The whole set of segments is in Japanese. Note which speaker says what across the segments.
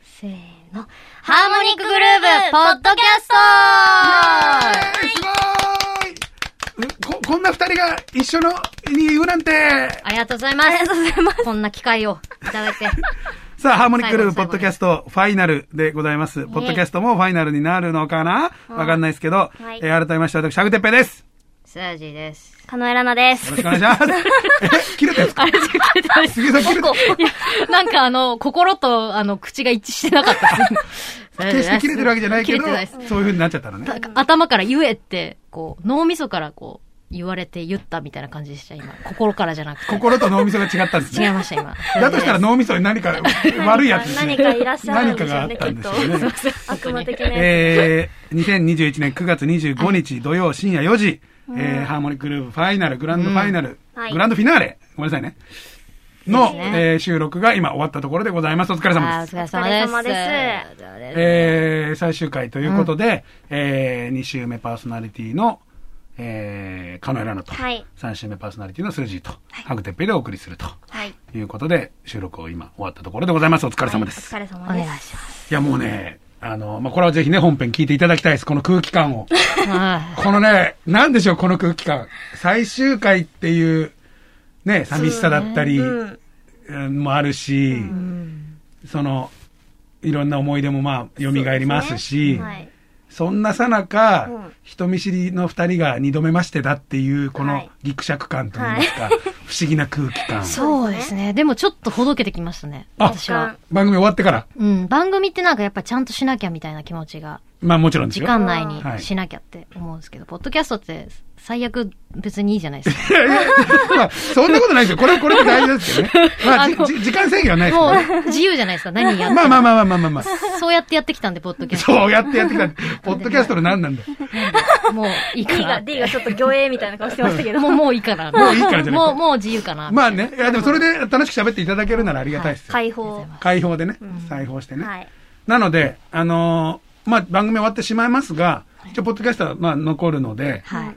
Speaker 1: せーの。ハーモニックグルーブ、ポッドキャスト
Speaker 2: えーすごーいこ、こんな二人が一緒の、に言うなんて。
Speaker 1: ありがとうございます。ありがとうございます。こんな機会をいただいて。
Speaker 2: さあ、ハーモニックルームポ
Speaker 1: 最後の最
Speaker 2: ッ
Speaker 1: 後
Speaker 2: ドキャストファイナルでございます。ポッドキャストもファイナルになるのかなわかんないですけど、
Speaker 3: はい
Speaker 2: えー改めまして私、ハグテッペです。
Speaker 1: スージーです。
Speaker 3: カノエラナで
Speaker 2: よ
Speaker 3: す
Speaker 2: ろ。しくお願いし ます。え、切れたやつか
Speaker 4: あれ、違う違う違う
Speaker 2: 杉江さん切れた。
Speaker 4: いや、なんかあの、心と、あの、口が一致してなかったです。
Speaker 2: 決して切れてるわけじゃないけ
Speaker 4: 切れ
Speaker 2: ど
Speaker 4: てないです、
Speaker 2: そういう風になっちゃったのね。
Speaker 4: 頭から言えって、こう、脳みそからこう、言われて言ったみたいな感じでした、今。心からじゃなくて。
Speaker 2: 心と脳みそが違ったんです
Speaker 4: 違い
Speaker 2: ね。
Speaker 4: ました、今。
Speaker 2: だとしたら脳みそに何か悪いやつですね
Speaker 3: 何かいらっしゃるんでしょう
Speaker 2: 何
Speaker 3: ね、
Speaker 2: かがあった
Speaker 3: き
Speaker 2: ん
Speaker 3: っ
Speaker 2: で
Speaker 3: と
Speaker 2: しょうね。
Speaker 3: 悪魔的なや
Speaker 2: えー、2021年9月25日土曜深夜4時、えー、ハーモニックグループファイナル、グランドファイナル、
Speaker 3: はい
Speaker 2: グランドフィナーレ、ごめんなさいね。の、
Speaker 4: ね
Speaker 2: えー収録が今終わったところでございます。お疲れ様
Speaker 4: あーお
Speaker 2: です。
Speaker 4: 疲れ様です。
Speaker 3: お疲れ様
Speaker 2: えー、最終回ということで、えー、2週目パーソナリティの、えー、カノエラナと、
Speaker 3: はい
Speaker 2: 3週目パーソナリティのスージーと、ハグテッペイでお送りすると
Speaker 3: つ。はい。
Speaker 2: いうことで、収録を今終わったところでございます。お疲れ様で
Speaker 3: お
Speaker 2: す。
Speaker 3: 疲れ様
Speaker 4: お
Speaker 3: で
Speaker 4: 願い
Speaker 3: す。
Speaker 4: します。
Speaker 2: いや、もうね、あの、まあ、これはぜひね、本編聞いていただきたいです。この空気感を。
Speaker 4: は
Speaker 2: このね、なんでしょう、この空気感。最終回っていう、ね、寂しさだったり、うんもあるし、その、いろんな思い出もまあ、蘇りますし、そ
Speaker 3: はい。
Speaker 2: んなさなか、
Speaker 3: うん
Speaker 2: 人見知りの二人が二度目ましてだっていう、こ
Speaker 3: は
Speaker 2: の
Speaker 3: い
Speaker 2: ギクシャク感といいますか、不思議な空気感
Speaker 4: い。。そうですね。でもちょっとほどけてきましたね。
Speaker 2: あ
Speaker 4: 私は。
Speaker 2: 番組終わってから、
Speaker 4: うん。番組ってなんかやっぱちゃんとしなきゃみたいな気持ちが、
Speaker 2: まあもちろんです
Speaker 4: 時
Speaker 2: よ。
Speaker 4: 間内
Speaker 2: は
Speaker 4: に
Speaker 2: い
Speaker 4: しなきゃって思うんですけど、ポッドキャストって最悪別にいいじゃないですか。
Speaker 2: まあ、そんなことないですよ。これ、これも大事ですけどね。まあ、じじ時間制限はないです
Speaker 4: も
Speaker 2: け
Speaker 4: う自由じゃないで すか、何や
Speaker 2: ど
Speaker 4: っ
Speaker 2: ね。
Speaker 4: て
Speaker 2: まあ
Speaker 4: も
Speaker 2: まあまあまあまあまあまあ。
Speaker 4: そうやってやってきたんで、ポッドキャスト。
Speaker 2: そうやってやってきた。ポッドキャストの何なんだよ。
Speaker 4: もういいか
Speaker 3: D
Speaker 4: ら
Speaker 3: が、
Speaker 4: って。
Speaker 3: D がちょっと魚影みたいな顔してましたけど。
Speaker 4: もう、もういいから。
Speaker 2: もういいからじゃなくて
Speaker 4: もう、もう自由かな。
Speaker 2: まあね。いや、でもそれで楽しく喋っていただけるならありがたいですよ。
Speaker 3: 解放。
Speaker 2: 開放でね。裁縫してね。
Speaker 3: はい。
Speaker 2: なので、あのーまあ、番組終わってしまいますが、一応、ポッドキャストは、まあ、残るので、
Speaker 4: はい。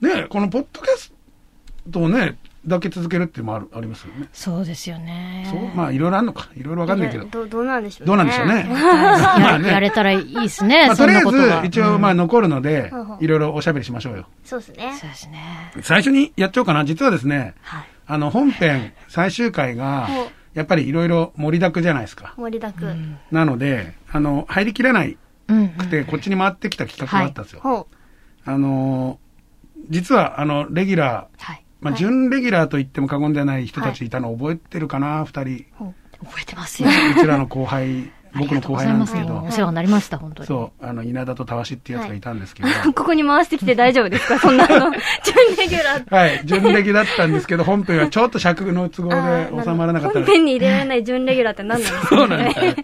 Speaker 2: ね、このポッドキャストをね、だけ続けるっていうのもある、ありますよね。
Speaker 4: そうですよね。
Speaker 2: そうまあ、いろいろあるのか。いろいろわかんないけど。
Speaker 3: ど、どうなんでしょうね。
Speaker 2: どうなんでしょうね。まあ
Speaker 4: や
Speaker 2: ね
Speaker 4: やれたらいいですね
Speaker 2: ま、あ、
Speaker 4: そ
Speaker 2: と
Speaker 4: ん
Speaker 2: りあ
Speaker 4: なこと
Speaker 2: え
Speaker 4: が。
Speaker 2: ず、一応、まあ、残るので
Speaker 3: ほうほ、う
Speaker 2: いろいろおしゃべりしましょうよ。
Speaker 3: そうです
Speaker 4: うん
Speaker 3: ね。
Speaker 4: そうですね。
Speaker 2: 最初にやっちゃおうかな。実はですね、
Speaker 4: はい。
Speaker 2: あの、本編最終回が
Speaker 3: ほう、
Speaker 2: やっぱりいろいろ盛りだくじゃないですか。
Speaker 3: 盛りだく。
Speaker 2: なので、あの、入りきれない
Speaker 4: うんうん。
Speaker 2: くて、こっちに回ってきた企画があったんですよ。
Speaker 3: ほ
Speaker 2: あのー、実は、あの、レギュラー、
Speaker 4: はい。
Speaker 2: まあ、
Speaker 3: はい
Speaker 2: 準レギュラーと言っても過言ではない人たちいたの覚えてるかな、二、
Speaker 3: う。ほう。
Speaker 4: 覚えてますよ。
Speaker 2: 人。うちらの後輩、僕の後輩なんですけ
Speaker 4: ありがとうご
Speaker 2: ど
Speaker 4: ざいますもうお、世話になりました、本当に。
Speaker 2: そう、あの、稲田とたわしっていうやつがいたんですけ ど、
Speaker 3: ここに回してきて大丈夫ですかそんな の。準レギュラー。
Speaker 2: はい、準レギュだったんですけど、本編はちょっと尺の都合で
Speaker 3: あー
Speaker 2: 収まらなかった
Speaker 3: 本
Speaker 2: ので
Speaker 3: 編に入れられない準レギュラーって何なんですか
Speaker 2: そうなんですよ。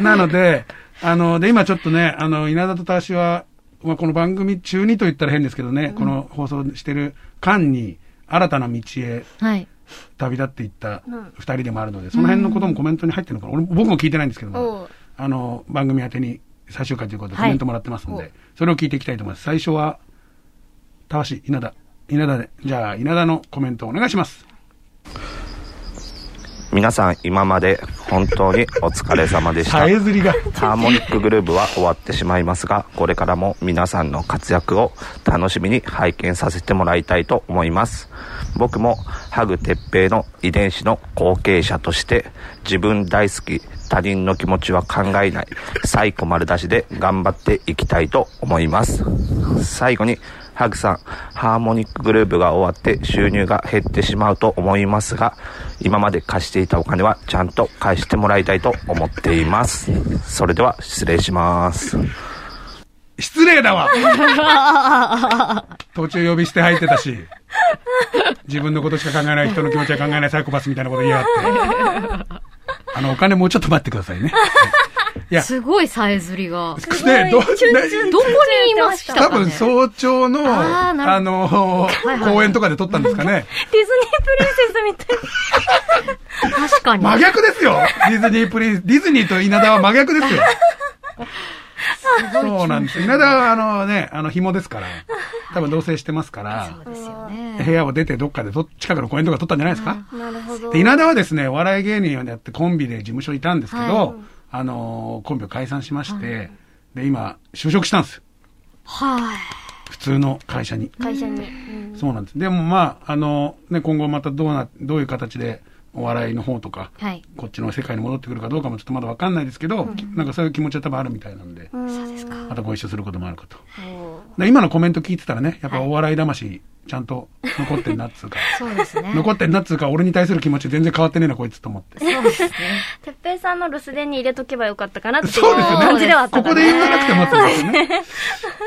Speaker 2: なので、あの、で、今ちょっとね、あの、稲田とたわしは、まあ、この番組中にと言ったら変ですけどね、この放送してる間に、新たな道へ
Speaker 4: はい。
Speaker 2: 旅立っていった
Speaker 3: うん
Speaker 2: 二人でもあるので、その辺のこともコメントに入ってるのかな、俺僕も聞いてないんですけど
Speaker 3: お
Speaker 2: も
Speaker 3: う、
Speaker 2: あの、番組宛てに最終回ということで
Speaker 4: は
Speaker 2: コ
Speaker 4: い
Speaker 2: メントもらってますので、
Speaker 3: おう
Speaker 2: それを聞いていきたいと思います。最初は、たわし、稲田、稲田で、じゃあ、稲田のコメントお願いします。
Speaker 5: 皆さん今まで本当にお疲れ様でした
Speaker 2: さえずりが。
Speaker 5: ハーモニックグルーブは終わってしまいますがこれからも皆さんの活躍を楽しみに拝見させてもらいたいと思います僕もハグ鉄平の遺伝子の後継者として自分大好き他人の気持ちは考えない最古丸出しで頑張っていきたいと思います最後にハグさん、ハーモニックグループが終わって収入が減ってしまうと思いますが、今まで貸していたお金はちゃんと返してもらいたいと思っています。それでは失礼します。
Speaker 2: 失礼だわ 途中呼び捨て入ってたし、自分のことしか考えない人の気持ちは考えないサイコパスみたいなこと言いやがって。あの、お金もうちょっと待ってください ね。いや、
Speaker 4: すごいさえずりが。
Speaker 2: ね、ど、ね
Speaker 4: どこにいました
Speaker 2: 多
Speaker 4: かね
Speaker 2: 分早朝の、
Speaker 4: あーなるほど
Speaker 2: あの
Speaker 4: いはい
Speaker 2: 公演とかで撮ったんですか
Speaker 3: デ
Speaker 2: ね。
Speaker 3: ィズニープリンセスみたい。
Speaker 4: 確かに。
Speaker 2: 真逆ですよディズニープリンス、ディズニーと稲田は真逆ですよ。そうなんです。稲田はあのね、あの、紐ですから、多分同棲してますから。
Speaker 4: そうですよね。
Speaker 2: 部屋を出てどっかでど近くの公園とか撮ったんじゃないですか、
Speaker 3: なるほど。
Speaker 2: で稲田はですねお笑い芸人をやってコンビで事務所いたんですけど、
Speaker 4: は
Speaker 2: あのーコンビを解散しまして、で、今、就職したんです。
Speaker 3: は
Speaker 2: 普通の会社に。
Speaker 3: い。会社に。
Speaker 2: そうなんです。でもまあ、あのね、今後またどうな、どういう形で、お笑いの方とか、
Speaker 4: はい。
Speaker 2: こっちの世界に戻ってくるかどうかもちょっとまだわかんないですけど、なんかそういう気持ちは多分あるみたいなんで、
Speaker 3: そうですか。
Speaker 2: またご一緒することもあるかと。
Speaker 3: おー
Speaker 2: で今のコメント聞いてたらね、やっぱお笑い魂、ちゃんと残ってんなっつうか、
Speaker 4: そうです ね。
Speaker 2: 残ってんなっつうか、俺に対する気持ち全然変わってねえな、こいつと思って。
Speaker 3: てっぺいさんの留守電に入れとけばよかったかなっていう
Speaker 2: そうですよね。
Speaker 3: 感じではあった
Speaker 2: こ
Speaker 3: か
Speaker 2: こ
Speaker 3: な
Speaker 2: で言わなくてもってことですね。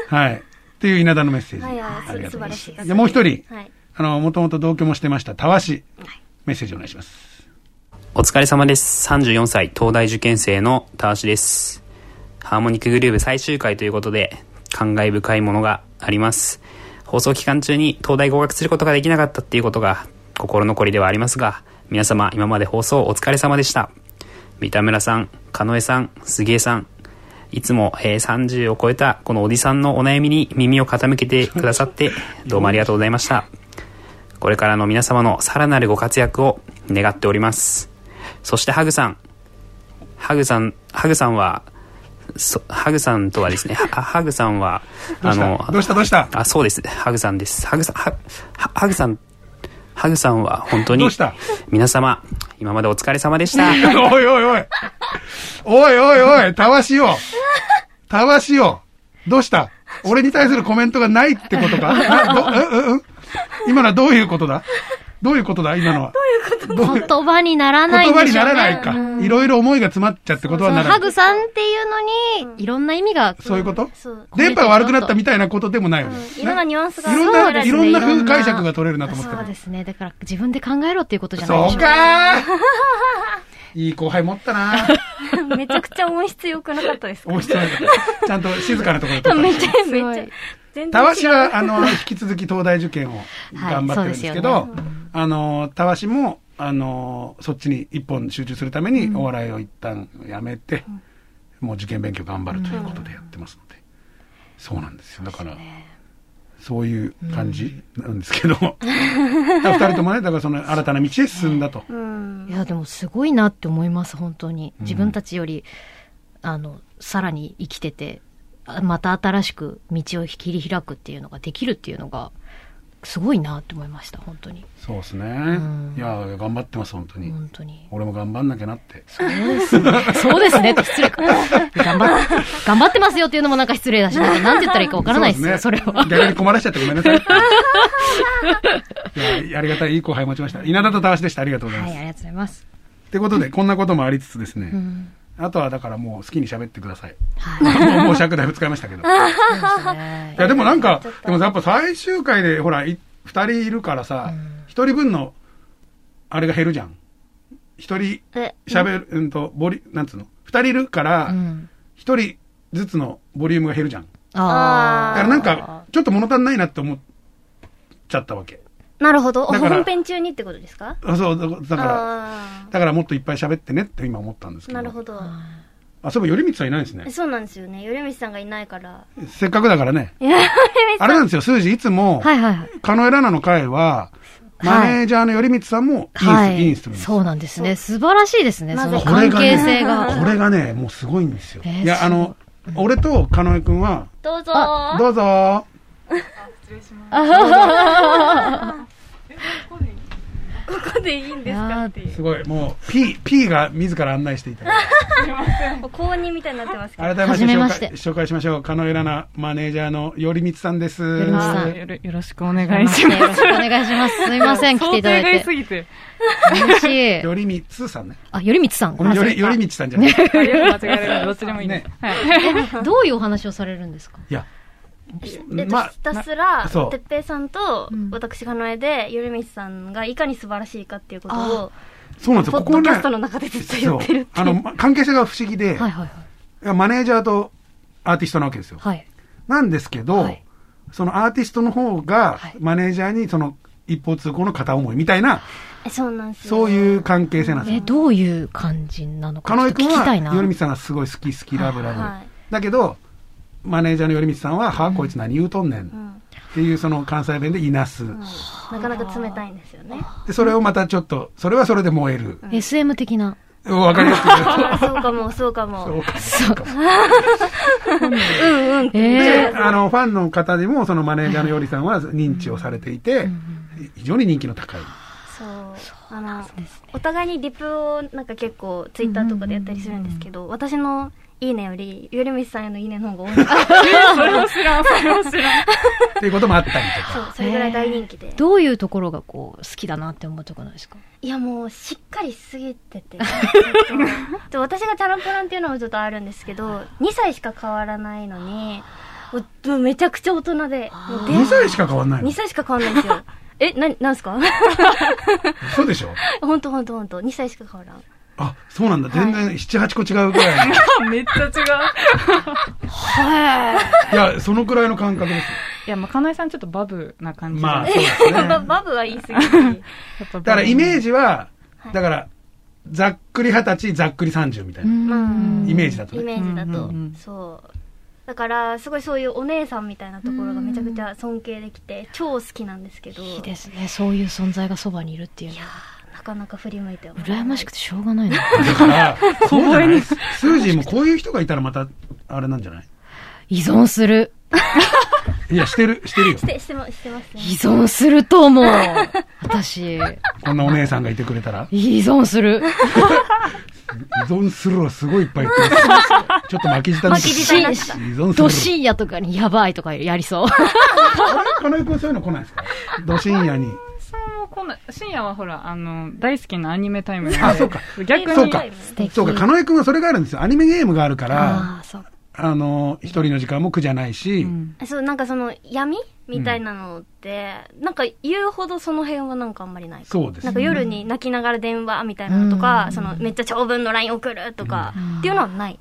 Speaker 2: はい。っていう稲田のメッセージ。
Speaker 3: はいはい
Speaker 2: ありがとうございま
Speaker 3: 素
Speaker 2: す
Speaker 3: 晴らし。い
Speaker 2: で、もう一人、
Speaker 3: はい。
Speaker 2: あの、もともと同居もしてました、たわし、メッセージお願いします。
Speaker 6: お疲れ様です。34歳、東大受験生のたわしです。ハーモニックグルーヴ最終回ということで、感慨深いものがあります。放送期間中に東大合格することができなかったっていうことが心残りではありますが、皆様今まで放送お疲れ様でした。三田村さん、狩野江さん、杉江さん、いつも、えー30を超えたこのおじさんのお悩みに耳を傾けてくださって、どうもありがとうございました。これからの皆様のさらなるご活躍を願っております。そしてハグさん。ハグさん、ハグさんは、そハグさんとはですね、はハグさんは、
Speaker 2: どうしたどうしたどうした
Speaker 6: あ、そうです。ハグさんです。ハグさん、ハハハグさん、ハグさんは本当
Speaker 2: ど
Speaker 6: に
Speaker 2: うした、
Speaker 6: 皆様、今までお疲れ様でした。
Speaker 2: おいおいおい。おいおいおい、たわしを。たわしを。どうした俺に対するコメントがないってことかあど、うんうん今のはどういうことだどういうことだ今のは。どういうこと
Speaker 1: 言葉にならない
Speaker 2: 言
Speaker 1: ん
Speaker 2: 葉
Speaker 1: で
Speaker 2: に
Speaker 1: しょ
Speaker 2: な
Speaker 1: うね。
Speaker 2: らないか。いろいろ思いが詰まっちゃって言葉にならない
Speaker 1: ハ。グさんっていうのに、いろんな意味が。
Speaker 2: そういうこと
Speaker 3: そう
Speaker 2: 電波が悪くなったみたいなことでもないよね。
Speaker 3: いろんなニュアンスが
Speaker 2: いろん
Speaker 3: そう
Speaker 2: な、
Speaker 3: です
Speaker 2: い
Speaker 3: ね
Speaker 2: ろんな
Speaker 3: ろん
Speaker 2: 風解釈が取れるなと思って
Speaker 4: そう
Speaker 2: る。
Speaker 4: ですね。だから自分で考えろっていうことじゃないで
Speaker 2: そ
Speaker 4: し
Speaker 2: う
Speaker 4: ょうか。
Speaker 2: かーいい後輩持ったなー
Speaker 3: めちゃくちゃ音質良くなかったですか
Speaker 2: お質問ちゃんと静かなところで撮った
Speaker 3: めっちゃ、めっ
Speaker 4: ごい
Speaker 3: ちゃ。全
Speaker 2: た
Speaker 3: 然
Speaker 2: わ
Speaker 3: 違
Speaker 2: しは、あの、引き続き東大受験を頑張ってるんですけど、
Speaker 4: はい
Speaker 2: あの、たわしも、あの、そっちに一本集中するために、お笑いを一旦やめて、もう受験勉強頑張るということでやってますので、そうなんですよ。だから、そういう感じなんですけど、 二人ともね、だからその新たな道へ進んだと。
Speaker 3: う。うん。
Speaker 4: いや、でもすごいなって思います、本当に。自分たちより、あの、さらに生きてて、あまた新しく道を切り開くっていうのができるっていうのが、すごいなって思いました、本当に。
Speaker 2: そうですね。
Speaker 4: ん
Speaker 2: いや、頑張ってます、本当に。
Speaker 4: 本当に。
Speaker 2: 俺も頑張んなきゃなって。
Speaker 4: そうですね。そうですねって 失礼か。頑張って、頑張ってますよっていうのもなんか失礼だし、なんかなんて言ったらいいかわからないですよ、そ
Speaker 2: そう
Speaker 4: れ
Speaker 2: で
Speaker 4: は。
Speaker 2: 逆に困らしちゃってごめんな さい。いやありがたい、いい後輩持ちました。稲田とたわしでした。ありがとうございま
Speaker 4: は
Speaker 2: す。
Speaker 4: い、あ
Speaker 2: っ
Speaker 4: りがとうございます。
Speaker 2: てことで、こんなこともありつつですね。
Speaker 4: うん。
Speaker 2: あとは、だからもう好きに喋ってください。
Speaker 4: はい。
Speaker 2: もう、もう尺だいぶ使いましたけど。い
Speaker 4: そうですね
Speaker 2: や、でもなんか、でもやっぱ最終回で、ほら、い二人いるからさ、一人分の、あれが減るじゃん。一人
Speaker 3: え、
Speaker 2: 喋る、うんと、ボリ、なんつうの二人いるから
Speaker 4: う、ん。
Speaker 2: 一人ずつのボリュームが減るじゃん。だ
Speaker 4: あ
Speaker 2: からなんか、ちょっと物足んないなって思っちゃったわけ。
Speaker 3: なるほど。
Speaker 2: だから
Speaker 3: 本編中にってことですか
Speaker 2: あそう、だだから、
Speaker 3: あ
Speaker 2: だからもっといっぱい喋ってねって今思ったんです
Speaker 3: あ。
Speaker 2: けど。
Speaker 3: なるほど。
Speaker 2: あ、そういえば、頼光さんいないですね。
Speaker 3: そうなんですよね。よりみさんがいないから。
Speaker 2: せっかくだからね。
Speaker 3: いや、
Speaker 2: あれなんですよ、数字いつも、
Speaker 4: ーはいはいはい。
Speaker 2: カノエラナの会は、マネージャーの頼光さんもインス、
Speaker 4: はい。
Speaker 2: インするんですよ
Speaker 4: そうなんですね。素晴らしいですね。
Speaker 3: な
Speaker 4: そ
Speaker 3: ぜ
Speaker 4: の
Speaker 3: か
Speaker 4: 関係性が。
Speaker 2: これがね、もうすごいんですよ。
Speaker 4: えー
Speaker 2: いや、あの、俺とカノエ君は、
Speaker 3: どうぞ
Speaker 2: どうぞー。
Speaker 3: ここでいいんですかっていう。
Speaker 2: すごい、もう、P、P が自ら案内していただいて。
Speaker 3: 公認みたいになってますけど。
Speaker 2: 改めまして
Speaker 4: はじめ
Speaker 2: 紹
Speaker 4: ま
Speaker 2: 介
Speaker 4: して
Speaker 2: 紹介しましょう。カノエラナマネージャーの頼光さんです。
Speaker 4: 頼光さん
Speaker 7: あよろよろしくお願いし
Speaker 4: よ
Speaker 7: ま
Speaker 4: ろしくお願いします。すいません、
Speaker 7: す。
Speaker 4: 来ていただい
Speaker 7: 想定外
Speaker 4: て
Speaker 7: す。ぎて。
Speaker 4: 嬉しい。
Speaker 2: 頼光さんね。
Speaker 4: あ、よりみつさん。ご
Speaker 2: こ
Speaker 4: め
Speaker 2: の
Speaker 4: んな
Speaker 2: よ
Speaker 4: さ
Speaker 2: り、
Speaker 4: い。
Speaker 2: よりみちさんじゃない。
Speaker 7: あよく間違えればどっちでもいい
Speaker 2: ね
Speaker 7: ね。は い。
Speaker 4: どういうお話をされるんですか
Speaker 2: いや、
Speaker 3: えっと、ひたすら、
Speaker 2: そう
Speaker 3: てっぺいさんと
Speaker 4: うん、
Speaker 3: 私、かなえで、よりみさんがいかに素晴らしいかっていうことを、
Speaker 2: そうなんです
Speaker 3: ポ
Speaker 2: よ、
Speaker 3: ッ
Speaker 2: ここ
Speaker 3: ドキ
Speaker 2: ね
Speaker 3: ャストの中でずっと言ってるっ
Speaker 2: そう
Speaker 3: て
Speaker 2: あ
Speaker 3: いう。
Speaker 2: の、ま関係性が不思議で、
Speaker 4: はいはいはい。
Speaker 2: いやマネージャーとアーティストなわけですよ。
Speaker 4: はい。
Speaker 2: なんですけど、
Speaker 4: はい
Speaker 2: そのアーティストの方が
Speaker 4: はい、
Speaker 2: マネージャーにその一方通行の片思いみたいな、
Speaker 3: えそうなんですよ。
Speaker 2: そういう関係性なんです
Speaker 4: え、
Speaker 2: よ。
Speaker 4: どういう感じなのか、
Speaker 2: カ
Speaker 4: ち
Speaker 2: ノ
Speaker 4: ょっ
Speaker 2: エ
Speaker 4: と
Speaker 2: 君
Speaker 4: 聞きたい
Speaker 2: は、
Speaker 4: な。
Speaker 2: よりみさんがすごい好き、好き、ラブラブ。
Speaker 3: はい
Speaker 2: だけど、マネージャーのよりみさんは、はあ、こいつ何言うとんね
Speaker 3: ん
Speaker 2: ん。っていうその関西弁でいなす、
Speaker 3: なかなか冷たいんですよね。
Speaker 2: でそれをまたちょっとそれはそれで燃える、
Speaker 4: SM 的な。
Speaker 2: わかりやすく言うと。
Speaker 3: あ そうかも、そうか
Speaker 2: そ
Speaker 3: も。
Speaker 2: うか
Speaker 3: うんうん。
Speaker 4: え
Speaker 2: で
Speaker 4: え
Speaker 2: あの、ファンの方にも、そのマネージャーのよりさんは認知をされていて、非常に人気の高い。
Speaker 3: そう。あの、お互いにリプをなんか結構ツイッターとかでやったりするんですけど、私のいいねより、よりみつさんへのいいねの方が多い。
Speaker 2: っていうこともあったりと
Speaker 3: そ
Speaker 2: か。
Speaker 3: う、それぐらい大人気で。
Speaker 4: どういうところがこう好きだなって思うところなんですか
Speaker 3: いやもう、しっかりしすぎて て。えっと私がチャランポランっていうのもちょっとあるんですけど、2歳しか変わらないのに、もうめちゃくちゃ大人で。もうで
Speaker 2: 2歳しか変わんないの
Speaker 3: 2。歳しか変わんないんです よ。え、な、なんすか
Speaker 2: そうでしょ
Speaker 3: ほんとほんとほんと。2歳しか変わらん。
Speaker 2: あ、そうなんだ。全然7、8個違うぐ らいの。
Speaker 7: めっちゃ違う。
Speaker 2: いや、そのくらいの感覚ですよ。
Speaker 7: いや、まあ、かなえさんちょっとバブな感じ
Speaker 2: まあ、
Speaker 7: で
Speaker 2: そうですね。
Speaker 3: バ
Speaker 2: だ
Speaker 3: バブは言い過 ぎて。
Speaker 7: やっぱバブ
Speaker 2: からイメージは、だから、ざっくり二十歳、ざっくり30みたいな。イメージだと
Speaker 3: イメ
Speaker 2: ね。
Speaker 3: ージだと、
Speaker 7: うんうんうん
Speaker 3: そうだからすごいそういうお姉さんみたいなところがめちゃくちゃ尊敬できて超好きなんですけど
Speaker 4: いいですねそういう存在がそばにいるっていうの
Speaker 3: いや
Speaker 4: は
Speaker 3: ーなかなか振り向いては
Speaker 4: 羨ましくてしょうがないな
Speaker 2: だから、そうじゃないスージーもこういう人がいたらまた、あれなんじゃない
Speaker 4: 依存する
Speaker 2: いや、してる、してるよ
Speaker 3: し。てしてましてますね
Speaker 4: 依存すると思う私
Speaker 2: こんなお姉さんがいてくれたら。
Speaker 4: 依存する
Speaker 2: 依存するをすごいいっぱい言ってます。ちょっと巻き舌
Speaker 3: 巻き舌になった
Speaker 2: 依存する。
Speaker 4: ど深夜とかにやばいとかやりそう
Speaker 2: あれ金井君そういうの来ないですかど深夜に。
Speaker 7: さんもこんな深夜はほら、あの、大好きなアニメタイムなんで
Speaker 2: あそうか
Speaker 7: 逆に。
Speaker 2: そうか
Speaker 4: 素敵
Speaker 2: そうか、金井君はそれがあるんですよ。アニメゲームがあるから、
Speaker 4: ああそう
Speaker 2: あの、一人の時間も苦じゃないし、
Speaker 7: うん
Speaker 3: そうなんかその闇みたいなのって、なんか言うほどその辺はなんかあんまりない
Speaker 2: そうですね
Speaker 3: なんか夜に泣きながら電話みたいなのとか、そのめっちゃ長文の LINE 送るとか、っていうのはない、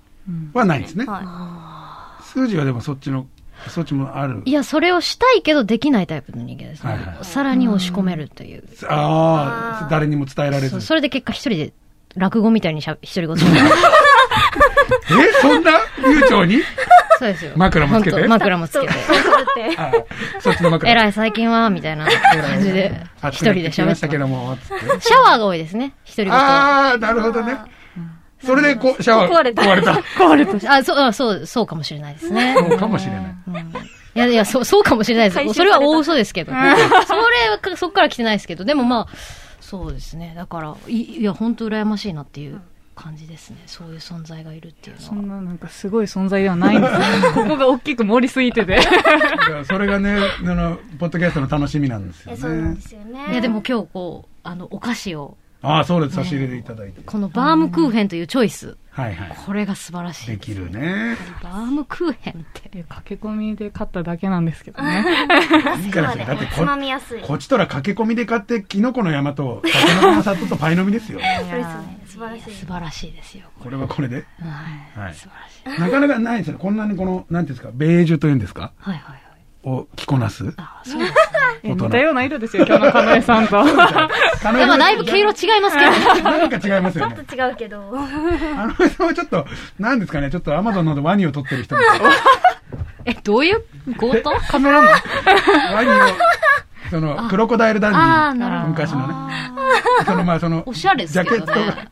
Speaker 2: はないんですね。
Speaker 3: は
Speaker 2: 数字はでもそっちの、そっちもある。
Speaker 4: いやそれをしたいけどできないタイプの人間ですね、
Speaker 2: はいはい
Speaker 4: さらに押し込めるという
Speaker 2: ああ
Speaker 3: あー
Speaker 2: 誰にも伝えられず
Speaker 4: そう。それで結果一人で落語みたいにしゃ一人ご とに
Speaker 2: え、そんな悠長に
Speaker 4: そうですよ
Speaker 2: 枕もつけて
Speaker 4: 本当枕も
Speaker 3: い
Speaker 4: つけて
Speaker 3: そうそうするって
Speaker 2: あーそっちの 枕。
Speaker 4: えら
Speaker 2: い。
Speaker 4: い最近はみたいな感じで一人で
Speaker 2: し
Speaker 4: 喋
Speaker 2: ま
Speaker 4: っ
Speaker 2: してたけ
Speaker 4: ま
Speaker 2: ども、つって。
Speaker 4: すシャワーが多いですね一人ごとあ
Speaker 2: ああ、なるほどね。それでこう、シャワー
Speaker 3: 壊れた
Speaker 2: 壊れた。
Speaker 4: あそうあそうそうかもしれないです ね
Speaker 2: そうかもしれない。
Speaker 4: いやいやそうそうかもしれない
Speaker 3: 回
Speaker 4: で
Speaker 3: 収さ
Speaker 4: すそ
Speaker 3: れ
Speaker 4: れ
Speaker 3: た
Speaker 4: は大嘘ですけどそれはかそっから来てないですけどでもまあそうですねだからいいや本当羨ましいなっていう感じですねそういう存在がいるっていう
Speaker 7: そ
Speaker 4: のは
Speaker 7: んななんかすごい存在ではないん ですよここが大きく盛りすぎてて。
Speaker 2: だからそれがね、あの、ポッドキャストの楽しみなんです
Speaker 3: い
Speaker 2: よ
Speaker 3: やそうなん
Speaker 2: ね
Speaker 3: で。すよね
Speaker 4: いやでも今日こうあのお菓子を
Speaker 2: ああ、そうです。差し入れていただいて。
Speaker 4: このバームクーヘンというチョイス
Speaker 2: はいはい。
Speaker 4: これが素晴らしい
Speaker 2: できるね。
Speaker 4: バームクーヘンって
Speaker 7: いや駆け込みで勝っただけなんですけど ね。
Speaker 2: いいから
Speaker 3: ま
Speaker 2: それ
Speaker 3: で
Speaker 2: だって
Speaker 3: つ
Speaker 2: こ、
Speaker 3: まみやすい
Speaker 2: こっちとら駆け込みで買って、キノコの山と、タケノコの里とパイの実ですよ。
Speaker 3: そうですね素晴らしい
Speaker 4: 素晴らしいですよ
Speaker 2: これはこれで。
Speaker 4: はい
Speaker 2: はい。
Speaker 4: 素晴らしい
Speaker 2: なかなかないですよ。こんなにこの、なんていうんですか、ベージュというんですか
Speaker 4: はいはいはい
Speaker 2: を着こなす。
Speaker 4: あそうです
Speaker 7: え似たような色ですよ、今日のかなえさんと。
Speaker 2: 可能
Speaker 4: で
Speaker 2: 性
Speaker 4: もだいぶ毛色違いますけどね
Speaker 2: なんか違いますよね。
Speaker 3: ちょっと違うけど
Speaker 2: あの人はちょっと、なんですかね、ちょっとアマゾンのワニを取ってる人みたい な。
Speaker 4: えどういう強盗
Speaker 2: カメラマンワニを、その、クロコダイルダンディ
Speaker 4: あーなるほど
Speaker 2: 昔のね。その、まあ、その、
Speaker 4: おしゃれですけど
Speaker 2: ジャケッ
Speaker 4: ね
Speaker 2: トが。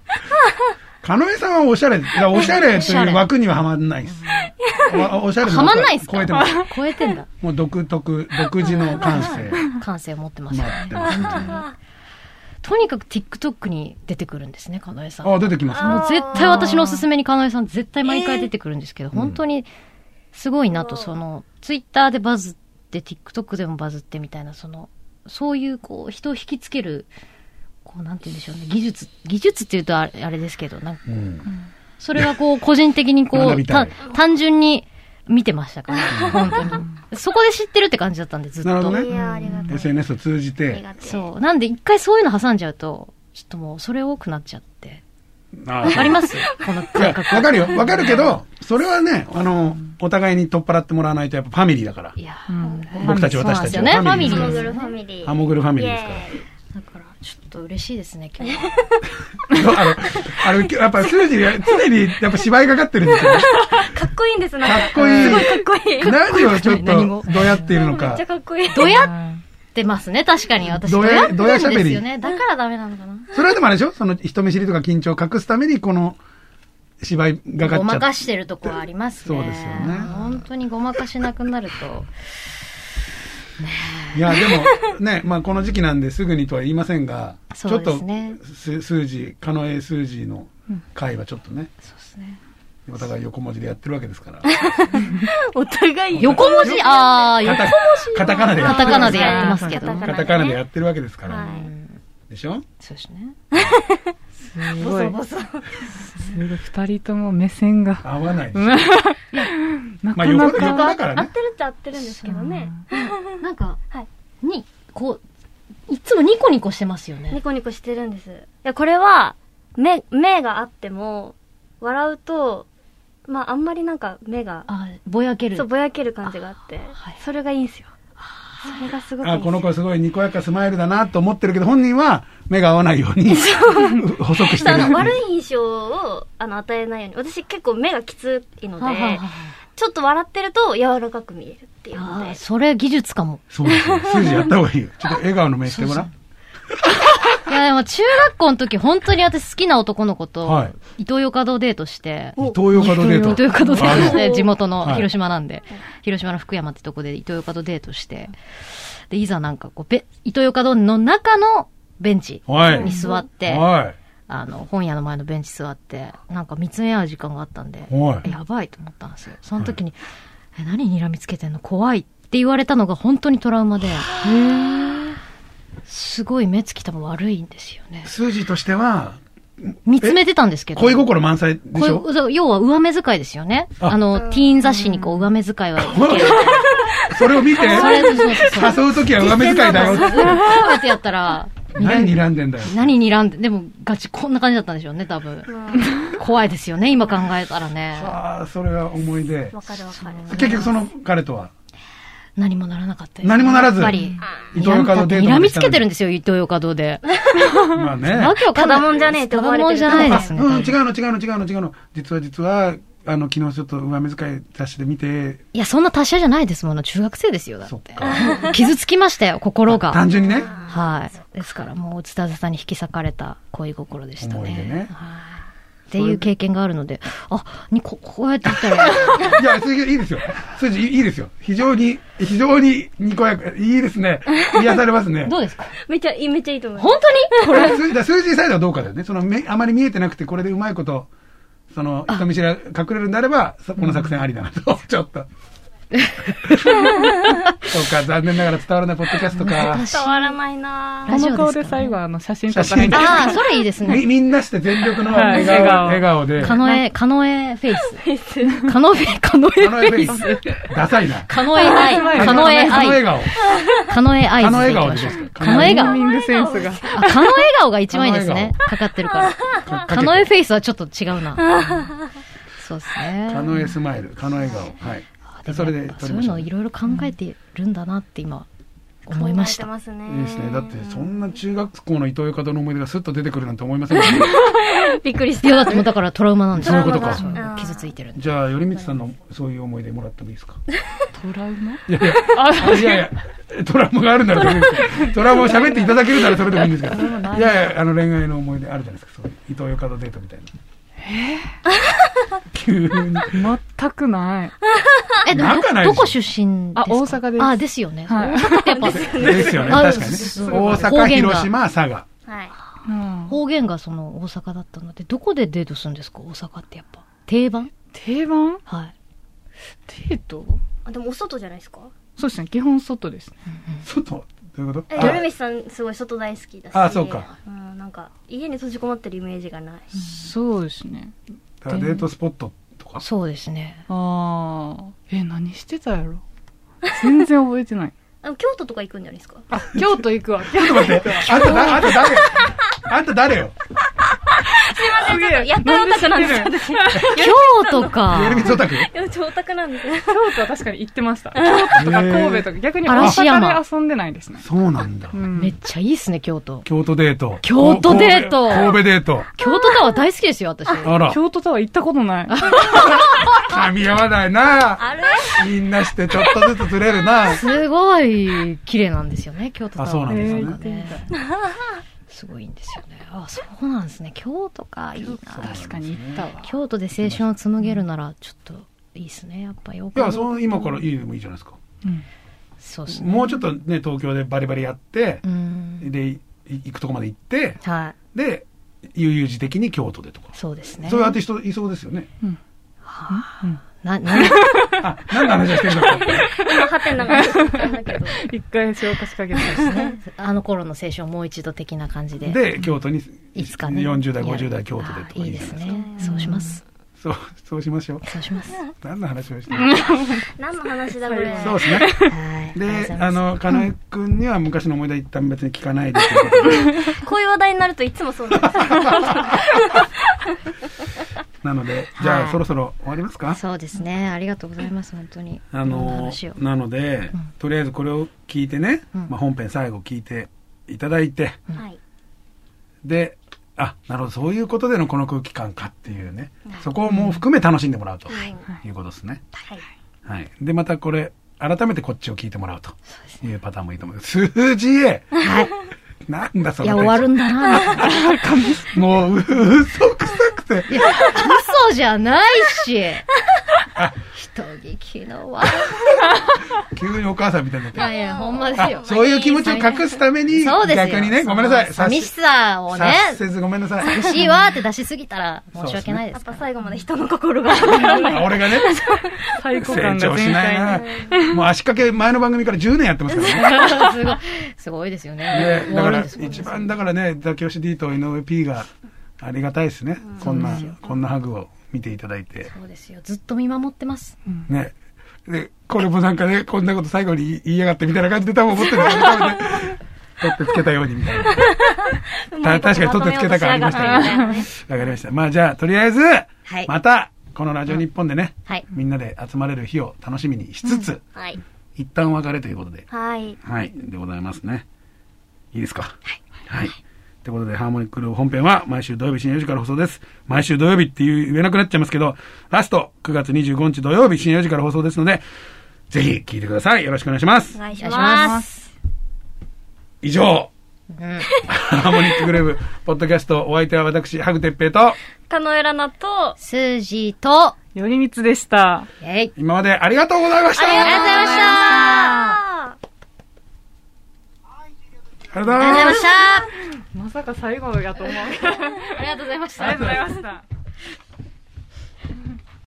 Speaker 2: カノエさんはおしゃれです。いやおしゃれという枠にははまんない です。おおしゃれの
Speaker 4: はまんないっすか
Speaker 2: 超えてます。
Speaker 4: 超えてんだ
Speaker 2: もう独特、独自の感 性。
Speaker 4: 感性を持ってますよ
Speaker 2: 待
Speaker 4: ね
Speaker 2: ってますね。
Speaker 4: とにかく TikTok に出てくるんですね、かなえさん。
Speaker 2: あ、
Speaker 4: もう
Speaker 2: 出てきますね。
Speaker 4: 絶対私のおすすめにかなえさん絶対毎回出てくるんですけど、本当にすごいなと、その、Twitter でバズって、TikTok でもバズってみたいな、その、そういうこう、人を引きつける、こう、なんて言うんでしょうね、技術、技術っていうとあれあれですけど、なんか、
Speaker 2: うん
Speaker 4: それはこう、個人的に こ
Speaker 2: 学
Speaker 4: う、
Speaker 2: びた
Speaker 4: た
Speaker 2: い
Speaker 4: 単純に見てましたから、 本当に。そこで知ってるって感じだったんで、ずっ
Speaker 2: なるほ
Speaker 4: と
Speaker 2: ど。ね
Speaker 3: いやありがたい
Speaker 2: SNS を通じ
Speaker 3: あり
Speaker 2: て、
Speaker 3: がたい
Speaker 4: そう。なんで一回そういうの挟んじゃうと、ちょっともうそれ多くなっちゃって。
Speaker 2: わ
Speaker 4: わかりますすこの
Speaker 2: いや、わ
Speaker 4: 感覚。
Speaker 2: かるよ。わかるけど、それはね、あの、お互いに取っ払ってもらわないと、やっぱファミリーだから
Speaker 4: い。や、
Speaker 2: 僕たち、
Speaker 4: そうな
Speaker 2: 私
Speaker 4: ん
Speaker 2: た
Speaker 4: です
Speaker 2: ち
Speaker 4: よ
Speaker 2: は
Speaker 4: ね。ファ
Speaker 3: フ
Speaker 4: ミリ
Speaker 3: ァ
Speaker 4: ー
Speaker 3: ミリー
Speaker 4: ですよ
Speaker 3: です
Speaker 4: ね。
Speaker 3: ファミリー
Speaker 2: ハモグルファミリーです
Speaker 3: イエ
Speaker 2: から。
Speaker 3: ーイ
Speaker 4: だから、ちょっと嬉しいですね、今日。
Speaker 2: そうあの、あの、やっぱ数字、常にやっぱ芝居がかってるんですよ。
Speaker 3: かっこいいんです、なん
Speaker 2: か
Speaker 3: か。
Speaker 2: っこいい
Speaker 3: すごいかっこいい。めっ
Speaker 2: 何をちょっ
Speaker 4: 何も
Speaker 2: と、どうやっているのか
Speaker 3: ちゃ。かっこいい。
Speaker 4: どや
Speaker 7: は
Speaker 4: ってますね、確かに。私、
Speaker 2: ど
Speaker 4: ど
Speaker 2: や
Speaker 4: やってるんですよね。だからダメなのかな。
Speaker 2: それはでもあれでしょその人見知りとか緊張を隠すために、この芝居がかっちゃ。
Speaker 4: ごまかしててるとこはありますね。
Speaker 2: そうですよね
Speaker 4: 本当にごまかしなくなると。
Speaker 2: いや、でも、ね、 まあこの時期なんですぐにとは言いませんが、ち
Speaker 4: そ
Speaker 2: ょ
Speaker 4: う
Speaker 2: っ
Speaker 4: で
Speaker 2: と
Speaker 4: すね
Speaker 2: す数字、狩野英数字の回はちょっとね、
Speaker 4: そうですね。
Speaker 2: お互い横文字でやってるわけですから。
Speaker 3: お互い
Speaker 4: 横文字ああ、横文字
Speaker 2: カタカナでや
Speaker 4: カ
Speaker 2: って
Speaker 4: タ
Speaker 2: る
Speaker 4: カナでやってますけど。
Speaker 2: カタカナでやってるわけですから。
Speaker 3: は
Speaker 2: でしょ
Speaker 4: そうですね。
Speaker 7: すごい。すごい、二人とも目線が。
Speaker 2: 合わないでしょ。
Speaker 7: な
Speaker 2: まあ
Speaker 7: か
Speaker 2: 横
Speaker 7: な
Speaker 2: 横
Speaker 7: か。
Speaker 2: だから
Speaker 3: 合っ
Speaker 2: ね。
Speaker 3: てるっちゃ合ってるんですけどね。
Speaker 4: なんか、
Speaker 3: はい
Speaker 4: に、こう、いつもニコニコしてますよ
Speaker 3: ニ
Speaker 4: ね。
Speaker 3: コニコしてるんです。いや、これは、目、目があっても、笑うと、まあ、あんまりなんか目が、
Speaker 4: あぼやける。
Speaker 3: そう、ぼやける感じがあって、
Speaker 4: はい
Speaker 3: それがいいんですよ。それがすごくいいん
Speaker 2: あ、
Speaker 3: です
Speaker 2: この子すごいにこやかスマイルだなと思ってるけど、本人は目が合わないように、細くして
Speaker 3: あ
Speaker 2: る。
Speaker 3: の、悪い印象を、あの、与えないように。私結構目がきついの
Speaker 4: はあはあ
Speaker 3: で
Speaker 4: は、
Speaker 3: ちょっと笑ってると柔らかく見えるっていう
Speaker 4: あ
Speaker 3: の
Speaker 4: あー
Speaker 3: で。
Speaker 4: それ技術かも。
Speaker 2: そうですよ。数字やった方がいいよ。ちょっと笑顔の目してごらん。
Speaker 4: いや、でも中学校の時、本当に私好きな男の子と、
Speaker 2: は
Speaker 4: イトーヨーカドーデートして、
Speaker 2: イトーヨーカドデート。
Speaker 4: イトーヨーカドーデートして、地元
Speaker 2: は
Speaker 4: の
Speaker 2: い
Speaker 4: 広島なんで、広島の福山ってとこでイトーヨーカドーデートして、で、いざなんかこう、べイトーヨーカドーの中のベンチ
Speaker 2: はい
Speaker 4: に座って、
Speaker 2: は
Speaker 4: あの、本屋の前のベンチ座って、なんか見つめ合う時間があったんで、
Speaker 2: はい
Speaker 4: やばいと思ったんですよ。その時に、え、何睨みつけてんの怖いって言われたのが本当にトラウマで、すごい目つき多分悪いんですよね
Speaker 2: い。。数字としては、
Speaker 4: 見つめてたんですけど。
Speaker 2: 恋心満載でしょ
Speaker 4: 恋そう要は上目遣いですよね。
Speaker 2: あ
Speaker 4: あの、ティーン雑誌にこう上目遣いは。
Speaker 2: それを見て、
Speaker 4: それそうそうそう。
Speaker 2: 誘うときは上目遣いだよ。
Speaker 4: こうやってやったら、
Speaker 2: 何睨んでんだよ。
Speaker 4: 何睨んで、でもガチこんな感じだったんでしょうね、多分。怖いですよね、今考えたらね。
Speaker 2: ああ、それは思い出。
Speaker 3: わかるわかる。
Speaker 2: 結局その彼とは、
Speaker 4: 何もならなかったです
Speaker 2: 何もならず
Speaker 4: やっぱり。
Speaker 2: イトーヨーカドーデート
Speaker 4: 睨
Speaker 2: も
Speaker 4: み
Speaker 2: し
Speaker 4: つ
Speaker 2: たのに
Speaker 4: けてるんですよ、イトーヨーカドーで。
Speaker 2: まあね。
Speaker 4: わけわかんない。
Speaker 3: ただもんじゃねえって思われてる
Speaker 4: ただもんじゃないですね。
Speaker 2: うん、違うの違うの違うの違うの。実は実は、あの、昨日ちょっと上目遣い雑誌で見て、
Speaker 4: いや、そんな達者じゃないですもの。中学生ですよ、だ
Speaker 2: そっ
Speaker 4: って。
Speaker 2: か。
Speaker 4: 傷つきましたよ、心が
Speaker 2: 単。純にね。
Speaker 4: はい。ですから、もう、つたずたに引き裂かれた恋心でした
Speaker 2: 思い出
Speaker 4: ね
Speaker 2: ね。
Speaker 4: はい。っていう経験があるので、あ、にこ、こうやって言った ら、
Speaker 2: いや、数字いいですよ。数字いいですよ。非常に、非常ににこやか、いいですね。癒されますね。
Speaker 4: どうですか
Speaker 3: めっちゃいい、めっちゃいいと思います。
Speaker 4: 本当にこれ、
Speaker 2: 数字だ数字サイドはどうかだよね。そのめ、あまり見えてなくて、これでうまいこと、その、人見知りが隠れるんであれば、そこの作戦ありだなと。ちょっと。そうか、残念ながら伝わらないポッドキャストか。
Speaker 4: 私
Speaker 3: 伝わらないな
Speaker 7: こ
Speaker 4: ラジオですから
Speaker 7: の顔で最後、あの、写真撮った
Speaker 2: 写真
Speaker 7: ら、
Speaker 4: ああ、それいいですね
Speaker 2: み、。みんなして全力の笑
Speaker 7: はい
Speaker 2: 顔、
Speaker 7: 笑顔
Speaker 2: 笑顔で。
Speaker 4: カノエ、カノエフェイス。カノエ、カノ
Speaker 2: カ
Speaker 4: エ
Speaker 2: ノエ
Speaker 4: フ
Speaker 2: フ
Speaker 4: ェ
Speaker 2: ェ
Speaker 4: イ
Speaker 2: イ
Speaker 4: ス。
Speaker 2: ス。ダサいな。
Speaker 4: カノエアイ。カノエ
Speaker 2: カノ
Speaker 4: ア
Speaker 2: 笑
Speaker 4: イ。
Speaker 2: 顔。
Speaker 4: カノエアイ
Speaker 2: カ
Speaker 4: ズ
Speaker 2: ノ笑
Speaker 4: でいき
Speaker 2: 顔で
Speaker 4: ま
Speaker 2: し
Speaker 4: し
Speaker 2: ょ
Speaker 4: ょう。カノエ
Speaker 7: ネー
Speaker 4: 顔。
Speaker 7: ミングセンスが。
Speaker 4: あカノエ顔が一番いいですね。かかってるから。
Speaker 2: か
Speaker 4: カノエ
Speaker 2: けて
Speaker 4: フェイスはちょっと違うな。そうですね。
Speaker 2: カノエスマイル。カノエ顔。はい。
Speaker 4: でも
Speaker 2: それで
Speaker 4: やっぱ
Speaker 2: 撮
Speaker 4: そ
Speaker 2: り
Speaker 4: う
Speaker 2: ま
Speaker 4: いう
Speaker 2: しょ
Speaker 4: の
Speaker 2: う
Speaker 4: いろいろ考えてるんだなって今思いました。
Speaker 3: 考えてますね。
Speaker 2: いいですね。だって、そんな中学校の伊藤よかどの思い出がスッと出てくるなんて思いませんで したね
Speaker 3: びっくりし。
Speaker 4: いやだったてもうだからトラウマなんです
Speaker 2: そういうことか
Speaker 4: トラウマが傷ついてるんで。
Speaker 2: じゃあ、頼光さんのそういう思い出もらってもいいですか
Speaker 7: トラウマ
Speaker 2: いやいや、 いやいや、トラウマがあるならそれでいいですけどトラウマを喋っていただけるならそれでもいいんですけど。いやいや、あの恋愛の思い出あるじゃないですか。そういう伊藤よかどデートみ たいな。急に。
Speaker 7: 全くない。
Speaker 4: え、で
Speaker 2: なん
Speaker 4: も
Speaker 2: か
Speaker 4: ど
Speaker 2: ないでしょ
Speaker 4: どこ出身ですか
Speaker 7: あ大阪です
Speaker 4: あ、ですよね。
Speaker 7: はい
Speaker 4: 大阪ってやっぱ
Speaker 2: ですよね、
Speaker 4: あ
Speaker 2: 確かにね
Speaker 4: そう。
Speaker 2: 大阪、
Speaker 4: 方言が
Speaker 2: 広島、佐賀。
Speaker 3: はい。
Speaker 7: うん
Speaker 4: 方言がその大阪だったので、どこでデートするんですか大阪ってやっぱ。定番
Speaker 7: 定番
Speaker 4: はい。
Speaker 7: デート
Speaker 3: あ、でもお外じゃないですか
Speaker 7: そうですね、基本外ですね。
Speaker 2: 外どういうこと
Speaker 3: え、
Speaker 2: あ
Speaker 3: 夜飯さんすごい外大好きだし。
Speaker 2: あそうか。
Speaker 3: うん、なんか、家に閉じこもってるイメージがない。
Speaker 7: そうですね。
Speaker 2: だからデートスポットとか。
Speaker 4: そうですね。
Speaker 7: ああ。え、何してたやろ全然覚えてない。
Speaker 3: あの、京都とか行くんじゃないですか
Speaker 7: あ、京都行くわ。
Speaker 2: ち
Speaker 7: 京
Speaker 2: ょっと待って、あんただ、あんた誰あんた誰よ
Speaker 7: 都行くわ。
Speaker 3: やったらオタクなんですよ
Speaker 7: なんで知ってる
Speaker 4: 京都
Speaker 2: エル
Speaker 4: か。
Speaker 2: ミツオタク
Speaker 3: いや、超オタクなん ですよ。
Speaker 7: 京都は確かに行ってました。京都とか神戸とか、逆に大
Speaker 4: 嵐山
Speaker 7: 阪で遊んでないですね。
Speaker 2: そうなんだ
Speaker 7: う。
Speaker 4: めっ
Speaker 7: ん。
Speaker 4: ちゃいいっすね、京都。
Speaker 2: 京都デート。
Speaker 4: 京都デー
Speaker 2: こ
Speaker 4: ト
Speaker 2: 神戸神戸デート。
Speaker 4: 京都タワー大好きですよ、私。
Speaker 2: あら。
Speaker 7: 京都タワー行ったことない。
Speaker 2: 噛み合わないな
Speaker 3: あれ
Speaker 2: みんなしてちょっとずつずれるな
Speaker 4: すごい綺麗なんですよね、京都タワー
Speaker 2: あそうなんですね
Speaker 4: かね。すごいんですよね。あ、そうなんですね。京都か、いいな。
Speaker 7: 確かに行ったわ。
Speaker 4: 京都で青春を紡げるなら、ちょっといいですね。やっぱよ
Speaker 2: い
Speaker 4: く。
Speaker 2: やその今からいいのもいいじゃないですか
Speaker 7: うん
Speaker 4: そうですね。
Speaker 2: もうちょっとね東京でバリバリやって
Speaker 4: う、ん。
Speaker 2: でい行くとこまで行って
Speaker 4: は
Speaker 2: で悠々自適に京都でとか
Speaker 4: い。そうですね。
Speaker 2: そういうアーティストいそうですよね。
Speaker 7: うん
Speaker 4: な、な、
Speaker 2: あ、何の話をしてるんだろう。
Speaker 3: 今、ハテナが出てきたんだけど。
Speaker 7: 一回消化しかけたし
Speaker 4: ね、あの頃の青春をもう一度的な感じ で。
Speaker 2: で、京都に、
Speaker 4: いつかね。
Speaker 2: 40代、
Speaker 4: やる
Speaker 2: 50代、京都でと
Speaker 4: あ
Speaker 2: か
Speaker 4: いい
Speaker 2: いい
Speaker 4: で
Speaker 2: じゃ
Speaker 4: す
Speaker 2: ないですか。
Speaker 4: ね。そうします。
Speaker 2: そう、そうしましょう。
Speaker 4: そうします。
Speaker 2: 何の話をして る
Speaker 3: 何の話だこれ。
Speaker 2: そうですね。
Speaker 4: はい。りがとうご
Speaker 2: で、
Speaker 4: ざい
Speaker 2: あ
Speaker 4: ます、
Speaker 2: の、かなえくんには昔の思い出一旦別に聞かないでということ で。
Speaker 3: こういう話題になるといつもそうなんですよ。
Speaker 2: なので、じゃ
Speaker 4: は
Speaker 2: あ
Speaker 4: い
Speaker 2: そろそろ終わりますか
Speaker 4: そうですね。ありがとうございます。本当に。
Speaker 2: あ
Speaker 4: いろんな
Speaker 2: の
Speaker 4: 話を、
Speaker 2: なので、とりあえずこれを聞いてね、
Speaker 4: うん
Speaker 2: まあ本編最後聞いていただいて、
Speaker 3: はい。
Speaker 2: で、あ、なるほど、そういうことでのこの空気感かっていうね、そこも含め楽しんでもらうということですね。
Speaker 3: はい。
Speaker 2: はい。で、またこれ、改めてこっちを聞いてもらうというパターンもいいと思います。数字へなんだそ
Speaker 4: い
Speaker 2: れ。
Speaker 4: や、終わるんだ な。
Speaker 2: もう、嘘くさくて。
Speaker 4: 嘘じゃないし。人聞きの悪
Speaker 2: 急にお母さんみたいになって
Speaker 4: い。いや、ほんまですよ。
Speaker 2: そういう気持ちを隠すために、
Speaker 4: そうですよ。
Speaker 2: 逆にね、ごめんなさい。
Speaker 4: その寂し
Speaker 2: さ
Speaker 4: さをね、
Speaker 2: 察せずごめんなさい。
Speaker 4: 寂しいわーって出しすぎたら申し訳ないで
Speaker 3: やっ
Speaker 4: すか
Speaker 3: ぱ
Speaker 4: ら。
Speaker 3: 最後まで人の心が。 は
Speaker 2: あ俺がね、
Speaker 7: 太鼓
Speaker 2: 成
Speaker 7: 感が
Speaker 2: 長し
Speaker 7: 全
Speaker 2: ない
Speaker 7: 開
Speaker 2: な。もう足掛け前の番組から10年やってますからね。
Speaker 4: すごい、すごいですよ
Speaker 2: ね、
Speaker 4: ね。終
Speaker 2: だか
Speaker 4: わるん
Speaker 2: ら
Speaker 4: ですもんね
Speaker 2: 一番だからね、ザキヨシ D と井上 P がありがたいですね。こんな、こんなハグを見ていただいて。
Speaker 4: そうですよ。ずっと見守ってます。
Speaker 2: ね。で、これもなんかね、こんなこと最後に言いやがってみたいな感じで多分思ってるんだけど、取ってつけたようにみたいな。た確かに取ってつけた感ありましたけどね。わかりました。まあじゃあ、とりあえず、
Speaker 4: い
Speaker 2: また、このラジオ日本でね、
Speaker 4: はい。
Speaker 2: みんなで集まれる日を楽しみにしつつ、
Speaker 3: はい。
Speaker 2: 一旦お別れということで、
Speaker 3: はい。
Speaker 2: はい、でございますね。いいですかはい。ということで、ハーモニックルーブ本編は毎週土曜日深夜4時から放送です。毎週土曜日っていう言えなくなっちゃいますけど、ラスト9月25日土曜日深夜4時から放送ですので、ぜひ聞いてください。よろしくお願いします
Speaker 3: お。願いし
Speaker 4: お願いし
Speaker 3: ま。
Speaker 4: ます
Speaker 2: 以上、ハーモニックグルーブ、ポッドキャスト、お相手は私、ハグテッペイと、
Speaker 3: カノエラナと、
Speaker 4: 数字と、
Speaker 7: よりみつでした。
Speaker 4: えい。
Speaker 2: 今までありがとうございました。あり
Speaker 4: ありがとうございました。
Speaker 3: あ
Speaker 2: がとうございました。
Speaker 7: まさか最後やと思う。
Speaker 4: ありがとうございました
Speaker 7: ありがとうございました。